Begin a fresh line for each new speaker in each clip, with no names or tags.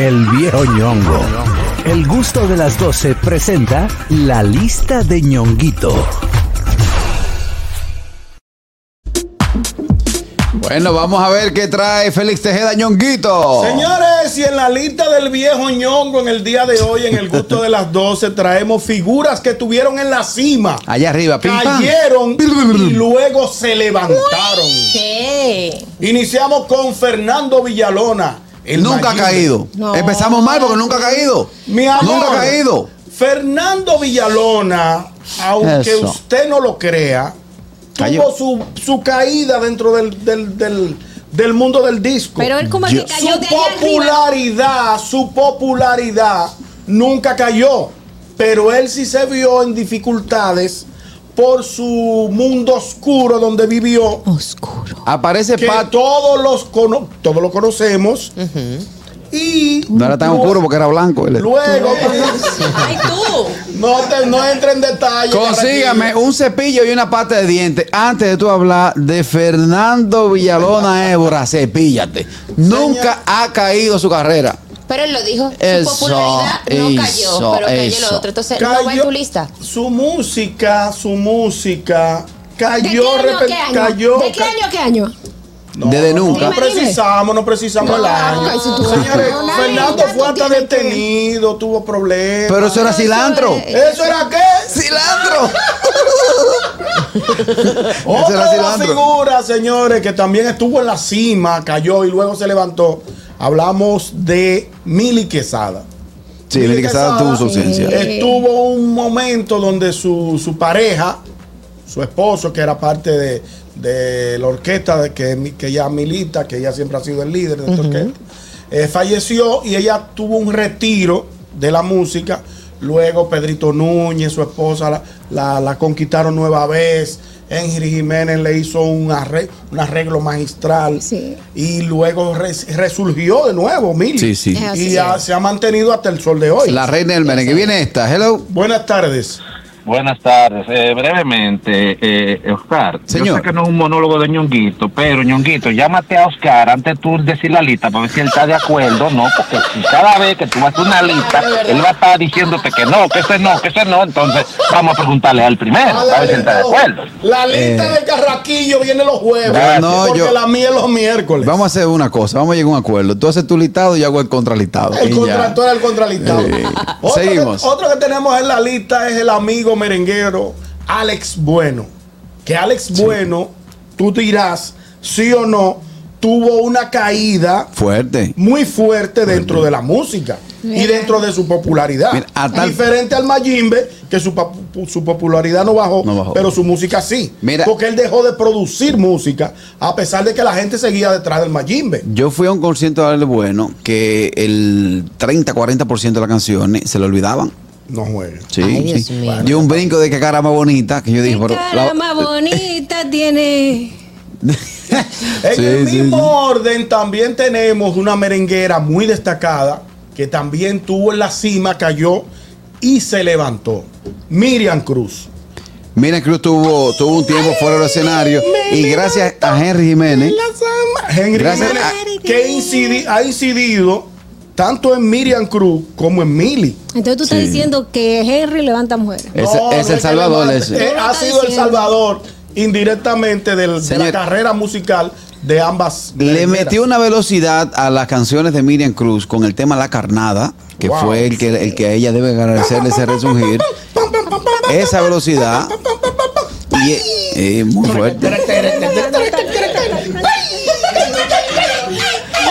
El viejo ñongo. El gusto de las 12 presenta la lista de ñonguito.
Bueno, vamos a ver qué trae Félix Tejeda Ñonguito.
Señores, y en la lista del viejo ñongo en el día de hoy, en el gusto de las 12, traemos figuras que estuvieron en la cima.
Allá arriba, pim, pam.
Cayeron y luego se levantaron.
¿Qué?
Iniciamos con Fernando Villalona. el
Nunca ha
Mayimbe.
caído.
No.
Empezamos mal porque nunca ha caído.
Mi amor.
Nunca ha caído.
Fernando Villalona, aunque
Eso.
usted no lo crea,
Cayó.
tuvo su, su caída dentro del, del- del- del mundo del disco.
Pero él como
Yo-
que cayó
su
de allá arriba.
popularidad, su popularidad nunca cayó, pero él sí se vio en dificultades por su mundo oscuro donde vivió,
Oscuro.
Aparece
que
Pato.
todos los cono- todos lo conocemos. Y
No era tan
lu-
oscuro porque era blanco. él.
Luego
Ay, tú.
no te- no entre en detalle.
Consígame
Carraquillo.
un cepillo y una pasta de dientes. Antes de tú hablar de Fernando Villalona Évora, cepíllate. Nunca ha caído su carrera.
Pero él lo dijo.
Eso,
su popularidad no cayó,
eso,
pero cayó
eso.
lo otro. Entonces, no va en
Cayó-
tu lista.
Su música, su música cayó
¿De
repen-
qué año?
cayó
¿De qué
ca-
año? ¿Qué año?
No,
Desde
no,
nunca.
No precisamos, no precisamos el año.
ay, si tú-
Señores,
No, nadie,
Fernando
ya tú
fue hasta
tienes que-
detenido, tuvo problemas.
Pero eso era
eso
cilantro.
es-
¿Eso era qué?
¡Cilantro! Eso
Otra
era
de las
cilantro.
figuras, señores, que también estuvo en la cima, cayó y luego se levantó. Hablamos de Mili Quesada.
Sí, Mili Quesada tuvo su ausencia.
Estuvo un momento donde su, su pareja, su esposo, que era parte de, de la orquesta de que, mi- que ella milita, que ella siempre ha sido el líder de esta orquesta, eh, falleció y ella tuvo un retiro de la música. Luego Pedrito Núñez, su esposa, la, la- la conquistaron nueva vez. Henry Jiménez le hizo un arreglo, un arreglo magistral.
Sí.
Y luego res- resurgió de nuevo, Mili.
Sí, sí.
Es así.
Y ha- se ha mantenido hasta el sol de hoy.
La reina del merengue. Viene esta. Hello.
Buenas tardes.
Buenas tardes. Eh, brevemente, eh, Oscar. Yo
Señor.
sé que no es un monólogo de ñonguito, pero ñonguito, llámate a Oscar antes tú decir la lista para ver si él está de acuerdo no, porque si cada vez que tú haces una lista, él va a estar diciéndote que no, que ese no, que ese no, entonces vamos a preguntarle al primero, a ver si él está de acuerdo.
La lista de Carraquillo viene los jueves.
Ya, no,
porque
yo-
la mía es los miércoles.
Vamos a hacer una cosa. Vamos a llegar a un acuerdo. Tú haces tu listado y yo hago el contralistado.
el
Y ya.
contractor al contralistado.
Eh,
Otro que-
seguimos.
otro que tenemos en la lista es el amigo merenguero Alex Bueno. Que Alex Bueno, tú dirás, sí o no, tuvo una caída
Fuerte.
muy fuerte dentro de la música y dentro de su popularidad.
Mira, a tal-
Diferente al Mayimbe, que su, pa- su popularidad no bajó,
No bajó.
pero su música sí.
Mira.
porque él dejó de producir música, a pesar de que la gente seguía detrás del Mayimbe.
Yo fui a un concierto de Ale Bueno que el 30-40% de las canciones se le olvidaban.
No juega.
Sí,
Ay, Dios
sí.
mío.
Dio un brinco de que cara más bonita que yo dije,
Qué
pero
cara
la- eh,
más bonita tiene.
En
Sí,
el
sí,
mismo orden también tenemos una merenguera muy destacada que también tuvo en la cima, cayó y se levantó. Miriam Cruz.
Mira, Cruz tuvo, tuvo un tiempo fuera del escenario y gracias a Henry Jiménez,
Henry
Gracias
Jiménez,
a-
Ah, que incidi- ha incidido tanto en Miriam Cruz como en Mili.
Entonces tú estás
Sí.
diciendo que Henry levanta mujeres.
es,
No,
es
no
el
que
Salvador
levante.
ese.
Eh,
Tú lo
ha
estás
sido el
diciendo.
Salvador indirectamente del- de
Señor.
la carrera musical de ambas.
Le
merengueras.
metió una velocidad a las canciones de Miriam Cruz con el tema La Carnada, que
Wow.
fue el que, el que a ella debe agradecerle ese resurgir. Esa velocidad. Y, eh, muy fuerte.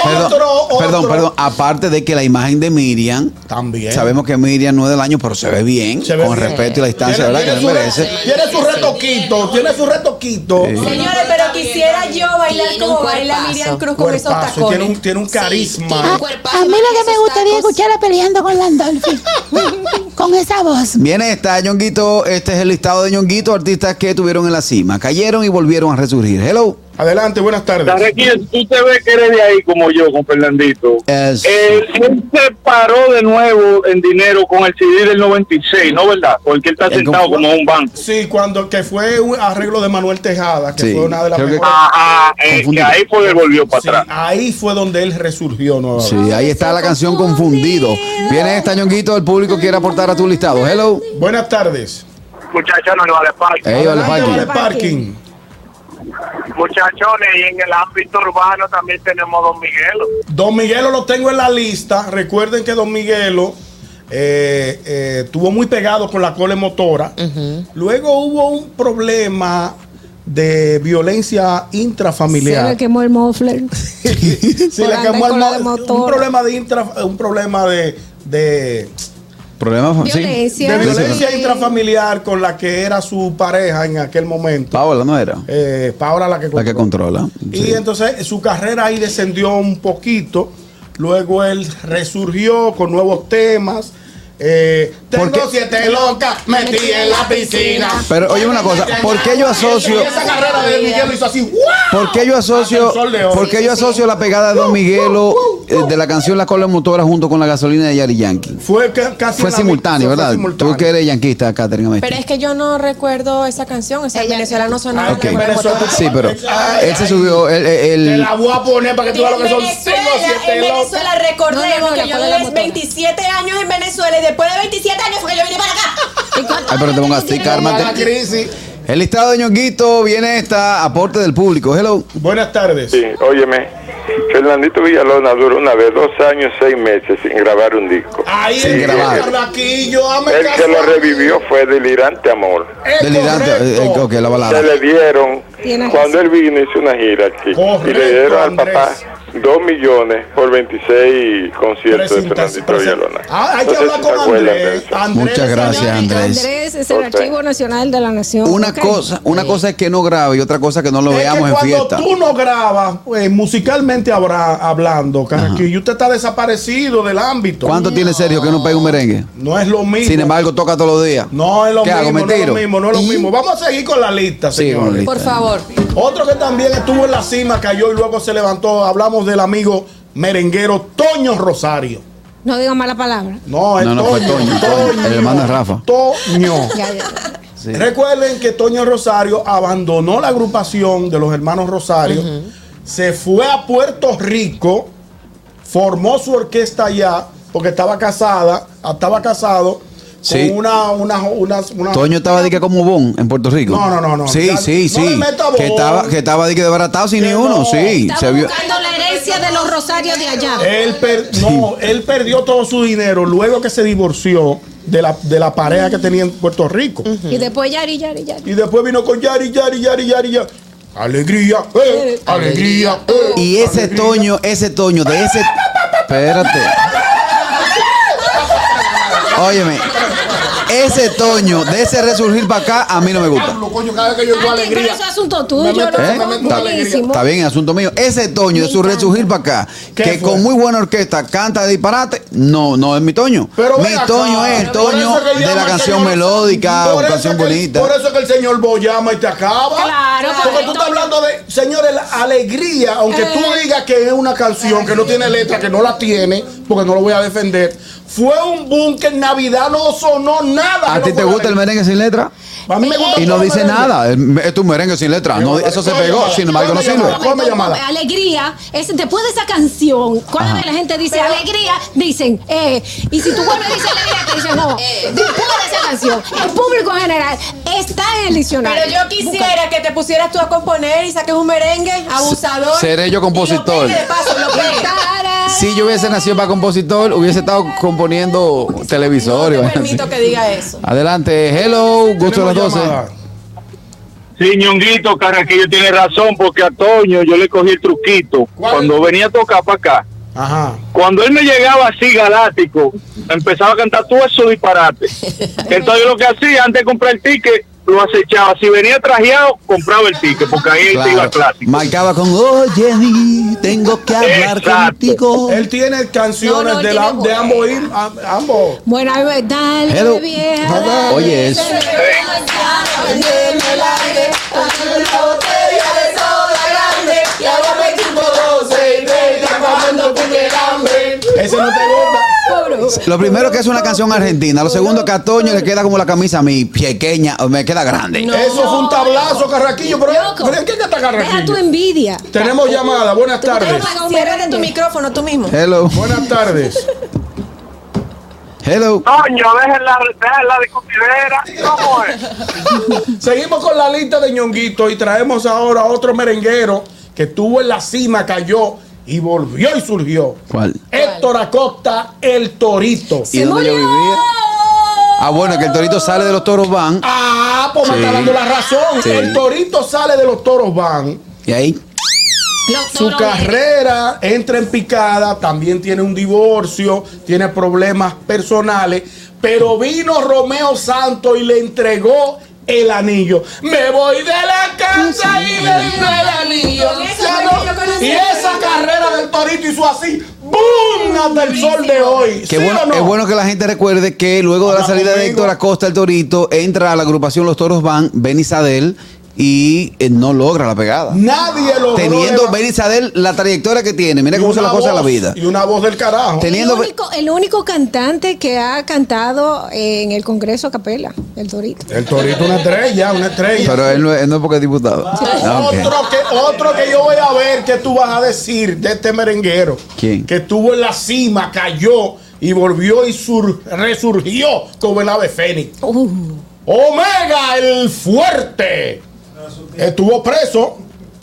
Perdón,
Otro,
perdón,
otro.
perdón. Aparte de que la imagen de Miriam,
También.
sabemos que Miriam no es del año, pero se ve bien,
Se ve
con
bien.
respeto y la distancia, ¿verdad? Que le
su re-
merece.
tiene su retoquito, tiene su retoquito.
Señores, pero quisiera yo bailar
Tiene un
como baila
cuerpazo.
Miriam Cruz con esos
Cuerpazo, tiene
tacones.
un, tiene un carisma.
A mí lo que me gustaría escuchar es peleando con Landolfi. con esa voz.
Viene esta, Ñonguito. Este es el listado de Ñonguito, artistas que tuvieron en la cima. Cayeron y volvieron a resurgir. Hello.
Adelante, buenas tardes.
Tarrequín, tú te ves que eres de ahí como yo, con Fernandito.
Es-
Él, él se paró de nuevo en dinero con el CD del 96, ¿no verdad? Porque él está
El
sentado
compu-
como en un banco.
Sí, cuando que fue un arreglo de Manuel Tejada, que
Sí,
fue una de las
creo que-
mejores.
Ajá, eh, que
Confundido.
ahí fue que volvió para
Sí,
atrás.
ahí fue donde él resurgió nuevamente.
Sí, ahí está la canción Confundido. Viene esta ñonguito, el público quiere aportar a tu listado. Hello.
Buenas tardes.
Muchachones, no vale
Ey, vale,
Adelante,
Paqui.
vale, parking.
Muchachones, y en el ámbito urbano también tenemos Don Miguelo.
Don Miguelo lo tengo en la lista. Recuerden que Don Miguelo eh, eh, estuvo muy pegado con la cole motora. Luego hubo un problema de violencia
Se
intrafamiliar.
le quemó el muffler.
Sí,
Por
le
andar
quemó el
con la de
mo- un
motora.
problema de intra, un problema de, de,
Problema, sí.
Violencia.
de violencia
Sí.
intrafamiliar con la que era su pareja en aquel momento.
Paola no era
Eh, Paola la que
la que
controla.
controla.
Y
Sí.
entonces su carrera ahí descendió un poquito. Luego él resurgió con nuevos temas. Eh, tengo
Porque-
siete locas, metí en la piscina.
Pero oye una cosa, ¿por qué yo asocio,
Y esa carrera de Miguel hizo así. ¡guau!
por qué yo asocio,
Hasta el sol de hoy.
por qué yo asocio la pegada de Don Miguelo eh, de la canción La Cola Motora junto con la gasolina de Yari Yankee?
Fue ca- casi
Fue
la-
simultáneo,
fue
¿verdad?
simultáneo.
Tú que eres yanquista, Catherine. Amesti.
Pero es que yo no recuerdo esa canción. O sea, el venezolano sonaba.
Ah,
Ok.
en Venezuela.
Sí, pero
Ay,
él se
ay,
subió, él- él-
Te
él-
la voy a poner para que tú veas lo que son
Venezuela,
tengo siete
en
locas.
Venezuela, recordemos
No, no, no,
que
la
yo
cual es la
duré
motora.
27 años en Venezuela y después de 27 años fue que yo vine para acá.
Ay, pero te pongas así,
La
cármate.
crisis.
El listado de ñonguito viene esta aporte del público. Hello.
Buenas tardes.
Sí, óyeme, Fernandito Villalona duró una vez dos años, seis meses sin grabar un disco.
Ahí
Sin
el
grabar.
carraquillo, ame
El que lo
casar.
revivió fue Delirante Amor.
Es
Delirante. eh, eh,
correcto.
ok, la balada.
Se le dieron,
Tienes
cuando él vino hizo una gira aquí, y
Correcto,
le dieron al
Andrés.
papá dos millones por 26 conciertos de
Presentación-
Fernandito Villalona.
Ah, hay que
No sé
hablar
si te
con
acuerdas de
Andrés.
eso.
Andrés,
Muchas gracias,
señores.
Andrés.
es el
Ok.
Archivo Nacional de la Nación.
Una
Ok.
cosa, una cosa es que no grabe y otra cosa es que no lo
Es que
veamos en
cuando
fiesta.
tú no grabas, eh, musicalmente habrá, hablando, Carraquillo, usted está desaparecido del ámbito. Mm,
¿Cuánto tiene Sergio que no pega un merengue?
No es lo mismo.
Sin embargo, toca todos los días.
no es lo
¿qué
mismo,
hago, me
no es lo
tiro?
mismo, no es lo
Y-
mismo. Vamos a seguir con la lista,
Sí,
señores.
con la lista.
Por favor.
Otro que también estuvo en la cima, cayó y luego se levantó. Hablamos del amigo merenguero Toño Rosario.
No diga mala palabra.
No, es
No, no, fue Toño, Toño, el hermano de Rafa.
Toño.
Ya, ya, ya.
Recuerden que Toño Rosario abandonó la agrupación de los hermanos Rosario, se fue a Puerto Rico, formó su orquesta allá, porque estaba casada, estaba casado
Sí.
con una, una, una, una-
Toño estaba de que como Bon en Puerto Rico.
No, no, no, no.
Sí,
Ya,
sí,
no le
sí.
meta Bon.
que estaba que estaba de que desbaratado sin
Que
ni uno,
no.
sí. Se vio
Buscando la herencia de los Rosarios de allá.
Él per- no, él perdió todo su dinero luego que se divorció de la, de la pareja que tenía en Puerto Rico.
Y después Yari, Yari, Yari.
Y después vino con Yari, Yari, Yari, Yari, Yari. Alegría, eh, alegría, eh.
y ese
alegría.
Toño, ese Toño de ese Espérate. Óyeme. Ese Toño de ese resurgir para acá a mí no me gusta.
Diablo, coño, cada vez que yo digo
Ah, sí, Pero
alegría.
eso es asunto tuyo,
meto-
no
¿Eh?
me meto una
Está,
buenísimo.
está bien, asunto mío. Ese Toño de su resurgir para acá,
¿Qué
que
fue?
con muy buena orquesta canta de disparate, no, no es mi Toño.
Pero
mi
ven acá,
Toño es el
por
Toño
eso que
de la
llama
canción
el señor-
melódica o
por eso
canción
que-
bonita.
Por eso que el señor Bo llama y te acaba.
Claro,
Porque
claro,
tú estás
Toño.
hablando de, señores, la alegría, aunque tú digas que es una canción que no tiene letra, que no la tiene, porque no lo voy a defender. Fue un boom que en Navidad no sonó nada.
¿A
que
ti te
no fuera
gusta el
alegría.
merengue sin letra?
A mí me gusta
Y
todo
no
el
dice
merengue.
nada. Es tu merengue sin letra. No, eso se pegó, sin embargo no sirve.
Ponme llamada.
Alegría, es, después de esa canción, cuando la gente dice alegría, dicen, eh, y si tú vuelves a decir alegría, te dicen, no,
Eh.
después de esa canción, el público en general está en el diccionario.
Pero yo quisiera que te pusieras tú a componer y saques un merengue abusador.
seré yo
Y lo
compositor.
pegues de paso, lo pegues.
Si yo hubiese nacido para compositor, hubiese estado componiendo
No
televisores.
te permito que diga eso.
Adelante, hello, gusto a las 12.
Llamada.
Sí, ñonguito, Carraquillo tiene razón, porque a Toño yo le cogí el truquito.
¿Cuál?
Cuando venía a tocar para acá,
Ajá.
cuando él me llegaba así galáctico, empezaba a cantar todo eso disparate. Entonces yo lo que hacía, antes de comprar el ticket, lo acechaba. Si venía trajeado, compraba el ticket, porque ahí se iba
Claro.
clásico.
Marcaba con, oye, di, tengo que hablar
Exacto.
contigo.
Él tiene canciones
No, no, él
de, la-
tiene
de
voz.
ambos, him- am- ambos.
Bueno, ahí ve, dale,
Hello.
vieja. dale.
Oye, eso.
Eh,
Botella de soda,
Ese no te
Lo primero que es una canción argentina. Lo segundo que a Toño le queda como la camisa a mí, pequeña, o me queda grande.
gusta. Eso fue un tablazo, Carraquillo. Pero,
Loco,
pero ¿en qué está
deja tu
Carraquillo?
envidia.
Tenemos llamada. Buenas tardes.
Tú-
Cierra tu micrófono tú mismo.
Eh,
Hello.
Buenas tardes.
Hello.
Coño, dejen la, dejen la discutidera. ¿Cómo es?
Seguimos con la lista de ñonguito y traemos ahora a otro merenguero que estuvo en la cima, cayó y volvió y surgió.
¿Cuál?
Héctor Acosta, el Torito.
¿Y dónde yo vivía? Ah, bueno, que el torito sale de los toros van.
Ah, pues me está
Sí.
dando la razón.
Sí.
El Torito sale de los toros van.
Y ahí.
Los
Su
toros
carrera entra en picada, también tiene un divorcio, tiene problemas personales, pero vino Romeo Santos y le entregó el anillo. Me voy de la casa y me vino el anillo.
Con eso fue que yo conocí
Y
a
esa
Romeo.
carrera del Torito hizo así, ¡boom! Hasta el sol de hoy.
Qué
¿Sí
bueno,
o no?
Es bueno que la gente recuerde que luego de la
Habla
salida de
conmigo.
Héctor Acosta, el torito, entra a la agrupación Los Toros van, Benny Sadel, y eh, no logra la pegada.
Nadie lo
Teniendo Benny Sadel la trayectoria que tiene. Mira cómo son las cosas de la vida.
Y una voz del carajo.
Te-
El
Teniendo-
único, el único cantante que ha cantado en el Congreso a capela, el Dorito.
El Torito una estrella, una estrella.
Pero él no, él no es porque es diputado. Ah, ok.
Otro, que, otro que yo voy a ver que tú vas a decir de este merenguero.
¿Quién?
Que estuvo en la cima, cayó y volvió y sur- resurgió como el ave fénix.
Uh.
Omega, el fuerte. Estuvo preso.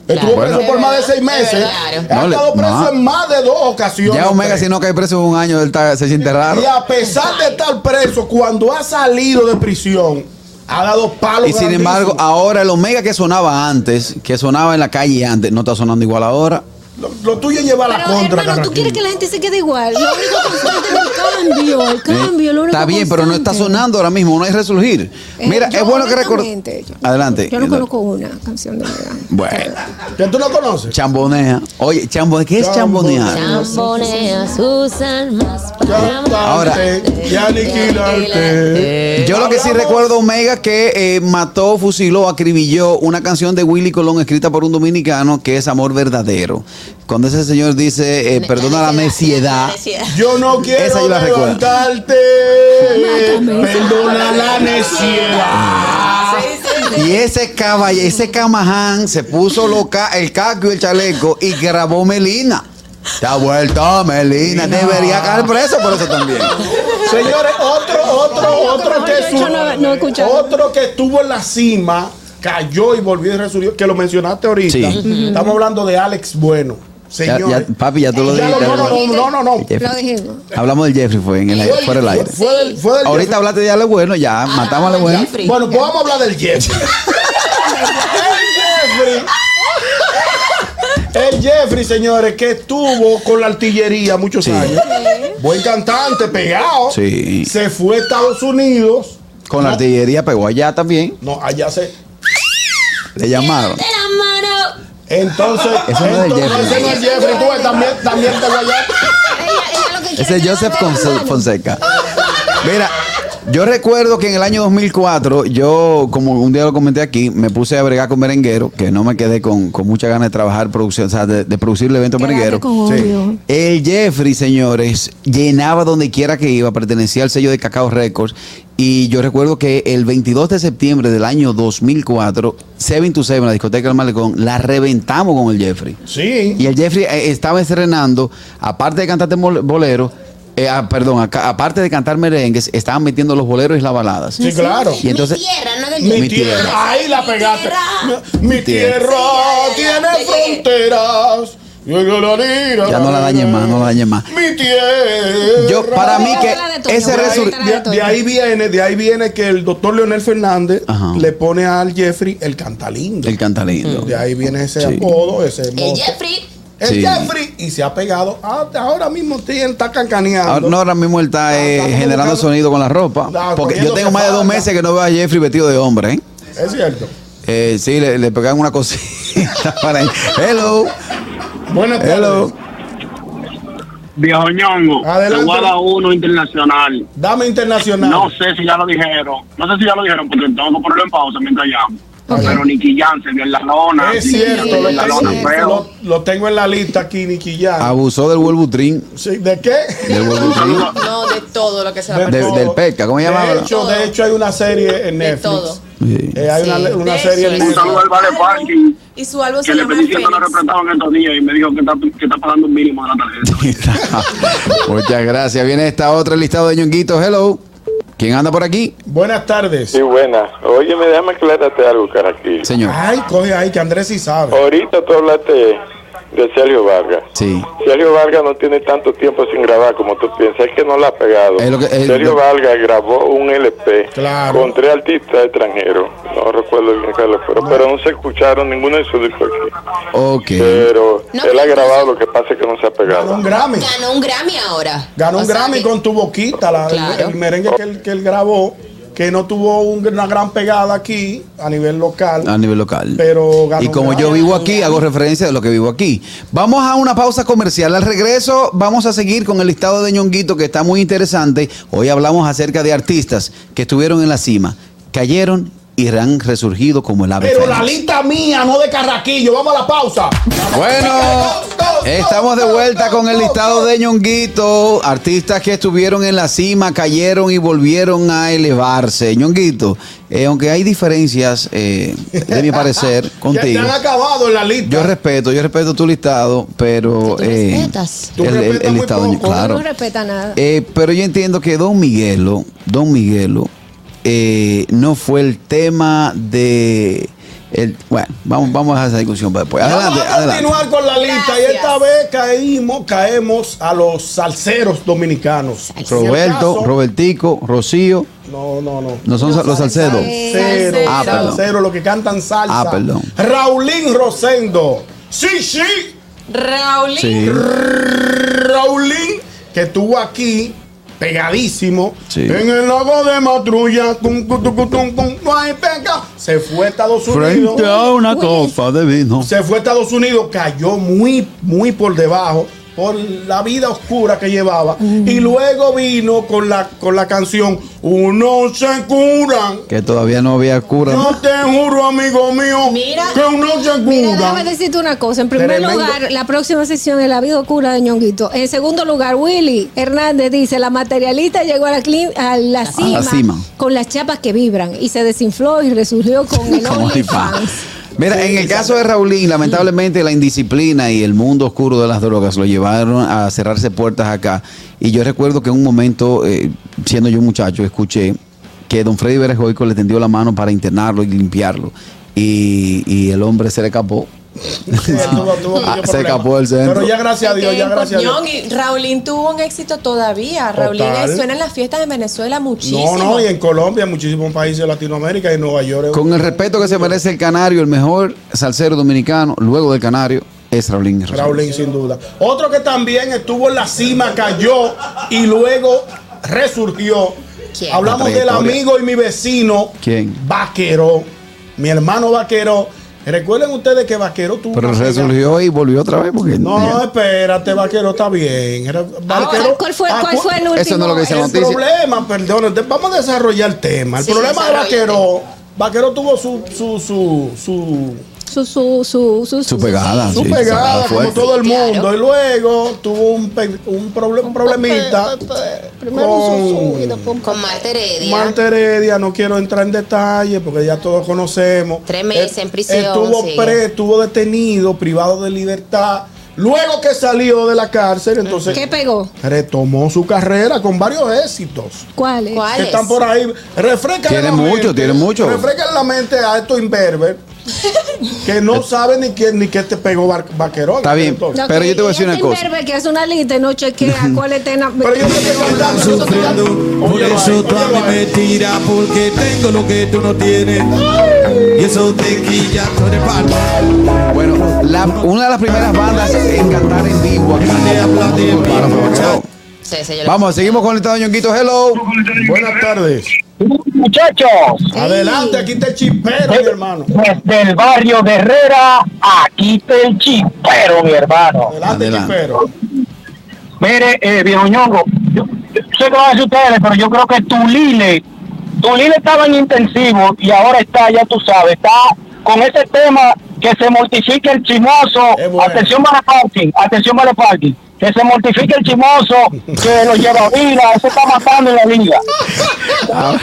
Estuvo
Bueno.
preso por más de seis
Es
meses.
verdad.
Ha
No le-
estado preso
no.
en más de dos ocasiones.
Ya Omega,
Tres.
si no cae preso en un año, él está- se siente raro.
Y a pesar de estar preso, cuando ha salido de prisión, ha dado palos.
Y sin embargo, ah.
grandísimos.
ahora el Omega que sonaba antes, que sonaba en la calle antes, no está sonando igual ahora.
lo, lo tuyo es llevar la
Pero
contra.
hermano, tú
Carraquillo.
quieres que la gente se quede igual. Lo único constante es el cambio, el
¿eh?
cambio. Lo único
está bien, pero no está
constante.
sonando ahora mismo, no hay resurgir.
Eh,
Mira,
yo,
es bueno que recordar.
honestamente, yo-
Adelante.
Yo no conozco una canción de Omega.
Bueno,
¿Que tú no conoces?
chambonea. Oye, chambonea, ¿qué es
Chambonea.
chambonear?
Chambonea sus almas para
Cantarte
Ahora.
y
Eh,
aniquilarte.
Yo lo que sí
Hablamos-
recuerdo, Omega, que eh, mató, fusiló, acribilló una canción de Willy Colón escrita por un dominicano que es Amor Verdadero. Cuando ese señor dice, eh, perdona la neciedad.
Yo no
Esa
quiero
yo la recuerdo.
levantarte. Perdona la neciedad.
Sí, sí, sí.
Y ese caballo, ese camaján se puso loca, el casco y el chaleco y grabó Melina. Te ha vuelto Melina, debería caer preso por eso también.
Señores, otro, otro, otro que,
yo no- no he
su-
escuchado.
otro que estuvo en la cima, cayó y volvió y resurgió, que lo mencionaste ahorita.
Sí.
Estamos hablando de Alex Bueno.
Ya-
Señores.
ya- papi, ya tú lo
Ya
dijiste.
no, no, no, no, no. no.
Lo dijimos.
Hablamos del Jeffrey, fue en el aire, fuera del aire.
Fue del- fue del
Ahorita hablaste de Ale Bueno, ya, matamos a Ale Bueno.
Jeffrey.
Bueno, pues vamos a hablar del Jeffrey. el Jeffrey. El Jeffrey, señores, que estuvo con la artillería muchos
Sí.
años. Buen cantante, pegado.
Sí.
Se fue a Estados Unidos.
Con la
No,
artillería pegó allá también.
No, allá se.
Le llamaron.
Entonces,
Eso no es del
entonces,
Jeffrey.
ese no es Jeffrey. Tú ves, también, también te voy allá.
Ese es Joseph Fonse- Fonseca. Mira, yo recuerdo que en el año 2004, yo, como un día lo comenté aquí, me puse a bregar con merenguero, que no me quedé con, con mucha ganas de trabajar, producción, o sea, de, de producir el evento
Quédate
merenguero.
con odio.
El Jeffrey, señores, llenaba donde quiera que iba, pertenecía al sello de Cacao Records. Y yo recuerdo que el 22 de septiembre del año 2004, 7 to 7, la discoteca del Malecón, la reventamos con el Jeffrey.
Sí.
Y el Jeffrey eh, estaba estrenando, aparte de cantarte mol- bolero, eh, ah, perdón, aca- aparte de cantar merengues, estaban metiendo los boleros y las baladas.
Sí, claro.
Y entonces,
tierra, no del
Mi,
Mi
tierra.
tierra.
ahí la pegaste.
tierra.
Mi, mi
tierra.
tierra
Sí, ya, ya,
tiene
ya llegué.
fronteras. Ya
Ya no la dañes más, no la dañes más.
Mi tierra.
yo, para mí
Voy a hablar de
que
Toño,
ese
voy a
resur-
hablar
de, de ahí viene, de ahí viene que el doctor Leonel Fernández
Ajá.
le pone al Jeffrey el cantalindo.
el canta lindo.
de ahí viene ese
Sí.
apodo, ese mote.
El Jeffrey.
El
Sí.
Jeffrey y se ha pegado. Hasta ahora mismo tiene- está cancaneando.
Ahora, Ah, no, ahora mismo él está eh,
Ah, está
generando
buscando-
sonido con la ropa.
Ah,
Porque yo
cogiendo
tengo más de dos
falda.
meses que no veo a Jeffrey vestido de hombre, ¿eh?
Es cierto.
Eh, sí, le, le pegan una cosita para ahí. Hello,
Buenas tardes.
hello.
Viejo ñongo,
Adelante.
te voy a dar uno internacional.
Dame internacional.
No sé si ya lo dijeron, no sé si ya lo dijeron, porque tengo que ponerlo en pausa mientras llamo. Pero Nicky Jam se vio en la lona.
Es
Nicky Jam
cierto,
se vio
lo,
en la
tengo,
lona, feo.
lo- lo tengo en la lista aquí, Nicky Jam.
Abusó del Wolverine.
Sí, ¿De qué?
Del Wolverine.
No, de todo lo que se la
Del-
perdió.
del Pesca, ¿cómo se llamaba?
De hecho, de hecho, hay una serie en
De
Netflix.
todo.
Eh, hay una,
Sí,
una
de
serie
eso
en
es.
Un
Netflix.
saludo al Vale Parking,
Y su álbum
que
se
le
llama
pedí que no lo
Fénix.
representaban estos días y me dijo que está, que está pagando un mínimo de la tarjeta.
Muchas gracias. Viene esta otra el listado de ñonguitos. Hello. ¿Quién anda por aquí?
Buenas tardes.
Sí, buena. Óyeme, déjame aclararte algo, Caraquillo.
Señor.
Ay, coge ahí, que Andrés sí sabe.
Ahorita tú hablaste de Sergio Vargas.
Sí.
Sergio Vargas no tiene tanto tiempo sin grabar como tú piensas, es que no la ha pegado.
Es lo que- es
Sergio
lo-
Vargas grabó un LP
Claro.
con tres artistas extranjeros, no recuerdo bien cuáles fueron, pero no se escucharon ninguno de sus discos aquí.
Ok.
Pero
No,
él ha
pero
grabado, lo que pasa es que no se ha
Ganó
pegado.
un Grammy.
Ganó un Grammy ahora.
Ganó
O
un
sea
Grammy
que-
con tu boquita, la- el-
Claro.
el merengue que él, que él grabó, que no tuvo un- una gran pegada aquí a nivel local.
A nivel local.
Pero ganó
y como
un
yo
Grammy.
vivo aquí, hago referencia de lo que vivo aquí. Vamos a una pausa comercial. Al regreso, vamos a seguir con el listado de ñonguito que está muy interesante. Hoy hablamos acerca de artistas que estuvieron en la cima, cayeron y han resurgido como el ave.
Pero
fénix.
la lista mía, no de Carraquillo. Vamos a la pausa.
Bueno, estamos de vuelta con el listado de Ñonguito. Artistas que estuvieron en la cima, cayeron y volvieron a elevarse. Ñonguito, eh, aunque hay diferencias, eh, de mi parecer,
Ya
contigo.
te han acabado en la lista.
Yo respeto, yo respeto tu listado, pero...
Tú
eh,
respetas.
Tú
el, el- el
respetas muy
listado,
poco.
claro.
No respeta nada.
Eh, pero yo entiendo que Don Miguelo, Don Miguelo, eh, no fue el tema de... El, bueno, vamos, vamos a esa discusión para después. Adelante,
Vamos a
adelante.
continuar con la lista y
Gracias.
esta vez caímos, caemos a los salseros dominicanos.
Roberto,
Si el caso-
Robertico, Rocío,
No, no, no.
no son sa- los Salcedo.
Salsero,
Ah, perdón.
salsero, los que cantan salsa.
Ah, perdón.
Raulín Rosendo. Sí, sí.
Raulín.
Sí,
Raulín, que estuvo aquí pegadísimo
Sí.
en el lago de Matrulla. cum, cum, cum, cum, cum, no hay pecado. Se fue a Estados Unidos.
frente a una copa de vino.
Se fue a Estados Unidos, cayó muy, muy por debajo por la vida oscura que llevaba. Y luego vino con la, con la canción Uno se curan.
Que todavía no había cura.
Yo te juro, amigo mío,
Mira.
que uno se
Mira,
cura.
déjame decirte una cosa. En primer
Tremendo.
lugar, la próxima sección es la vida oscura de Ñonguito. En segundo lugar, Willy Hernández dice, la materialista llegó a la, cli- a la cima,
cima.
con las chapas que vibran y se desinfló y resurgió con el
Como
OnlyFans.
Mira, en el caso de Raulín, lamentablemente la indisciplina y el mundo oscuro de las drogas lo llevaron a cerrarse puertas acá. Y yo recuerdo que en un momento, eh, siendo yo un muchacho, escuché que don Freddy Berejoico le tendió la mano para internarlo y limpiarlo. Y, y el hombre se le escapó.
Sí, tuvo- tuvo
Ah,
mucho
se
problema.
escapó del centro.
Pero ya gracias a Dios,
pues,
ya gracias a Dios.
Ñongui, Raulín tuvo un éxito todavía. Raulín
Total.
eh, suena en las fiestas de Venezuela muchísimo.
No, no, y en Colombia, en muchísimos países de Latinoamérica y Nueva York.
Con el respeto que se merece el canario, el mejor salsero dominicano, luego del canario, es Raulín. Rosales.
Raulín, sin duda. Otro que también estuvo en la cima, cayó y luego resurgió.
¿Quién?
Hablamos
La
del
trayectoria.
amigo y mi vecino.
¿Quién?
Vaquero. Mi hermano Vaquero. Recuerden ustedes que Vaquero tuvo.
Pero
una pega-
resurgió y volvió otra vez. Porque
No, no, espérate, Vaquero está bien. Era- Vaquero-
¿cuál fue-
Ah,
cuál
cu-
fue el último?
Eso no es lo que dice la
El
noticia.
problema, perdón, te- vamos a desarrollar el tema. El
Sí,
problema de
desarrolla el
Vaquero. Vaquero tuvo su. su, su, su
Su, su, su, su,
Su pegada.
su
sí,
pegada como
fuerte.
todo el
Sí, claro.
mundo y luego tuvo un, pe- un proble- problemita pues, con
Con Marta Heredia.
Marta Heredia, no quiero entrar en detalle porque ya todos conocemos.
Tres meses
Eh,
en prisión,
Estuvo
sí.
pre- estuvo detenido, privado de libertad. Luego que salió de la cárcel, entonces
¿Qué pegó?
retomó su carrera con varios éxitos
¿Cuál es?
¿Cuál?
que
es?
están por ahí. Refrescan
Tiene mucho, tiene mucho.
Refrescan la mente a estos imberbes que no saben ni quién ni qué te pegó Bar- Vaquerón.
Está bien.
Entonces,
No,
Pero
que-
yo te voy a decir
y
una
este
cosa.
imberbe que hace una lista y no chequea cuál es tena-
Pero yo sé que tú andas sufriendo.
Por eso tú a mí me tiras porque tengo lo que tú no tienes. Y eso te quilla tú eres palo.
Bueno, la- una de las primeras bandas en cantar en vivo aquí.
Sí, sí, yo lo-
Vamos, seguimos con el estado de Ñonguito. Hello.
Buenas tardes.
Muchachos,
Adelante, aquí está el chipero, mi hermano.
desde el barrio de Herrera, aquí está el chipero, mi hermano.
Adelante,
Adelante.
chipero.
eh,
Mire, eh, viejo ñongo, yo, yo sé que van a decir ustedes, pero yo creo que Tulile
Tulín estaba en intensivo y ahora está, ya tú sabes, está con ese tema que se mortifique el chimoso. Atención para parking, atención para parking. Que se mortifique el chimoso que lo lleva a vida, eso está matando en la liga.
Ah,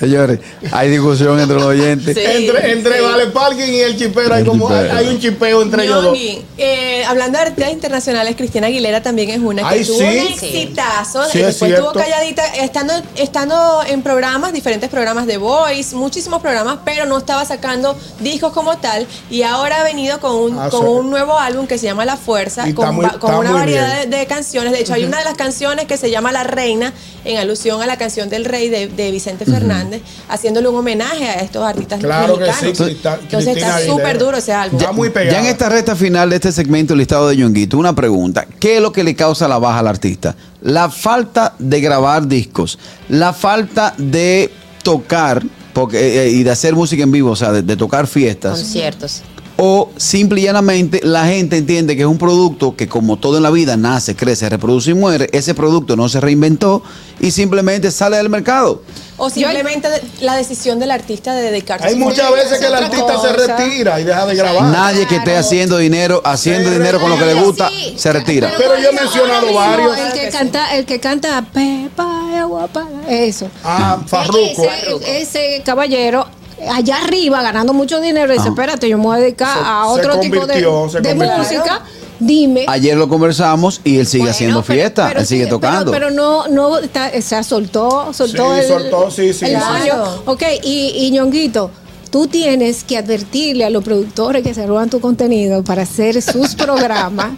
señores, hay discusión entre los oyentes.
entre entre Vale Parking y el chipero, hay,
El
como, hay,
chipero.
hay un chipeo entre ellos dos.
Ñongui, eh, hablando de artistas internacionales, Cristina Aguilera también es una que
Ay,
tuvo
sí.
un exitazo.
Sí, es
después estuvo
cierto.
calladita, estando, estando en programas, diferentes programas de Voice, muchísimos programas, pero no estaba sacando discos como tal. Y ahora ha venido con un,
Ah,
con
sí.
un nuevo álbum que se llama La Fuerza,
Y está
con,
muy-
va- con
está
una
muy
variedad
bien.
de, de canciones. De hecho, hay
Ujú.
una de las canciones que se llama La Reina, en alusión a la canción del Rey de, de Vicente Fernández, haciéndole un homenaje a estos artistas
Claro que sí,
mexicanos.
Crista-
Entonces
Cristina
está súper
Aguilera.
duro ese álbum.
Ya, ya en esta recta final de este segmento listado de Yonguito, una pregunta. ¿Qué es lo que le causa la baja al artista? La falta de grabar discos, la falta de tocar porque, eh, eh, y de hacer música en vivo, o sea, de, de tocar fiestas.
Conciertos.
O simple y llanamente la gente entiende que es un producto que como todo en la vida nace, crece, reproduce y muere. Ese producto no se reinventó y simplemente sale del mercado.
O simplemente la decisión del artista de dedicarse
Hay
a su
muchas
carrera,
veces que el
hacer otra
artista se
cosa.
retira y deja de grabar.
Nadie que esté haciendo dinero, haciendo dinero con lo que le gusta, se retira.
Pero yo he mencionado
Ahora mismo,
varios.
El que canta, el que canta Pepa y agua para- eso.
Ah, Farruko.
Ese, ese caballero allá arriba ganando mucho
Ah.
dinero dice, espérate, yo me voy a dedicar
Se-
a
se
otro tipo de,
convirtió, se
de
convirtió.
música. Dime.
Ayer lo conversamos y él sigue haciendo fiesta,
pero
él sigue
sí,
tocando.
Pero, pero no, no, está, o sea, soltó, soltó
Sí,
el,
soltó, sí, sí,
el
sí.
baño.
Claro.
Ok, y, y Ñonguito, tú tienes que advertirle a los productores que se roban tu contenido para hacer sus programas,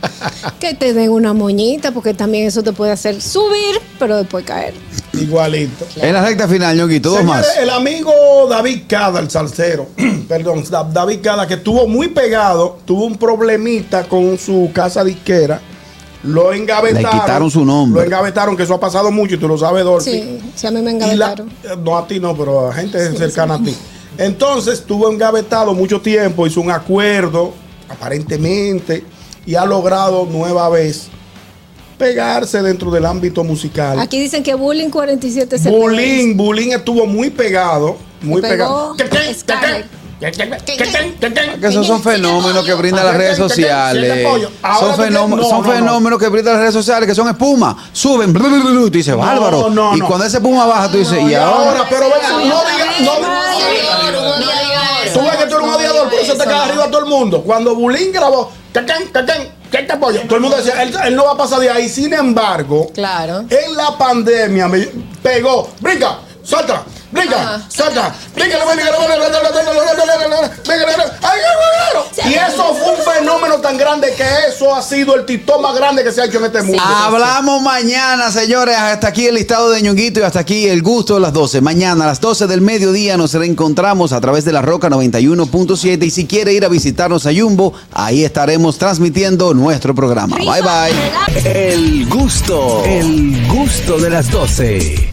que te den una moñita, porque también eso te puede hacer subir, pero después caer.
Igualito.
En la recta final, Ñonguito, dos
Señores,
más.
El amigo David Cada, el salsero, perdón, Da- David Cada, que estuvo muy pegado, tuvo un problemita con su casa disquera. Lo engavetaron.
Le quitaron su nombre.
Lo engavetaron, que eso ha pasado mucho y tú lo sabes, Dorothy.
Sí, si a mí me
Y la-
engavetaron.
eh, no a ti, no, pero a gente cercana a ti. Entonces estuvo engavetado mucho tiempo, hizo un acuerdo, aparentemente, y ha logrado nueva vez pegarse dentro del ámbito musical.
Aquí dicen que Bullying 47
Este
se
Bulín, Bulín estuvo muy pegado, muy pegado.
pegó. Scarlett.
eh, Que esos son fenómenos que brindan las redes sociales.
Ahora
Son
tú
fenómenos,
tienes-
son
no, no, no.
fenómenos que brindan las redes sociales, que son espuma. Suben, blu, blu, blu, blu, tú dices, bárbaro.
no,
Y
no.
cuando esa espuma baja, tú dices, y ahora.
pero venga, no digas, no Tú ves que tú eres un odiador, por eso te cae arriba a todo el mundo. Cuando Bulín grabó, cacán, cacán, cacán, pollo, todo el mundo decía, él, él no va a pasar de ahí. Sin embargo,
Claro.
en la pandemia me pegó, brinca, salta, brinca, salta, brinca, la brinca, la brinca, la brinca, la brinca, la brinca, la brinca, la brinca, la brinca, ay, ay, ay, ay. Y eso fue un fenómeno tan grande que eso ha sido el titón más grande que se ha hecho en este mundo.
Hablamos mañana, señores. Hasta aquí el listado de Ñonguito y hasta aquí el gusto de las 12. Mañana a las 12 del mediodía nos reencontramos a través de la Roca 91.7. Y si quiere ir a visitarnos a Jumbo, ahí estaremos transmitiendo nuestro programa. Bye bye.
El gusto, el gusto de las 12.